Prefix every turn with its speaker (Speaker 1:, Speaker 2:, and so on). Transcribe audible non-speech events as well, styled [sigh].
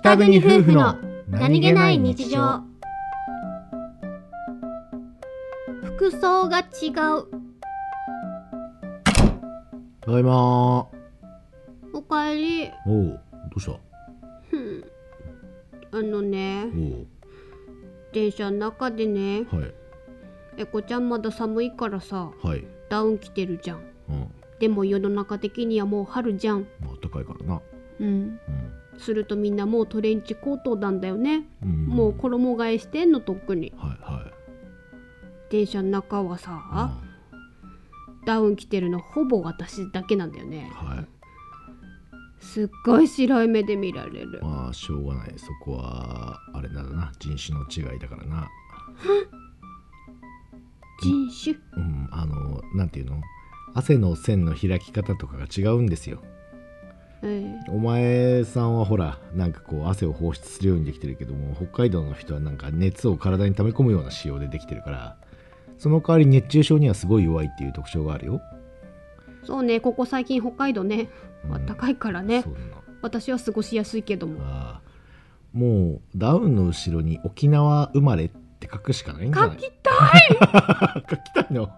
Speaker 1: 北国夫婦の
Speaker 2: 服装が違う
Speaker 1: ただいまー
Speaker 2: おかえり
Speaker 1: おうどうしたお
Speaker 2: ふんあのね
Speaker 1: う
Speaker 2: 電車の中でね
Speaker 1: はい
Speaker 2: えこちゃんまだ寒いからさ
Speaker 1: はい
Speaker 2: ダウン着てるじゃん
Speaker 1: うん
Speaker 2: でも世の中的にはもう春じゃん
Speaker 1: まあ暖かいからな
Speaker 2: うんするとみんなもうトレンチコートなんだよね、
Speaker 1: うん、うん、
Speaker 2: もう衣替えしてんのとっくに
Speaker 1: はいはい
Speaker 2: 電車の中はさ、ダウン着てるのほぼ私だけなんだよね
Speaker 1: うんはい
Speaker 2: すっごい白い目で見られる
Speaker 1: まあしょうがないそこはあれなんだな人種の違いだからな
Speaker 2: 人種
Speaker 1: うんあのなんていうの汗の線の開き方とかが違うんですよ
Speaker 2: え
Speaker 1: お前さんはほらなんかこう汗を放出するようにできてるけども北海道の人はなんか熱を体に溜め込むような仕様でできてるからその代わり熱中症にはすごい弱いっていう特徴があるよ。
Speaker 2: えそうねここ最近北海道ね
Speaker 1: うん
Speaker 2: 暖かいからね
Speaker 1: そうな
Speaker 2: 私は過ごしやすいけども
Speaker 1: ああもうダウンの後ろに沖縄生まれって書くしかないんじゃ
Speaker 2: 書
Speaker 1: ない
Speaker 2: きたい
Speaker 1: [laughs] 書きたいの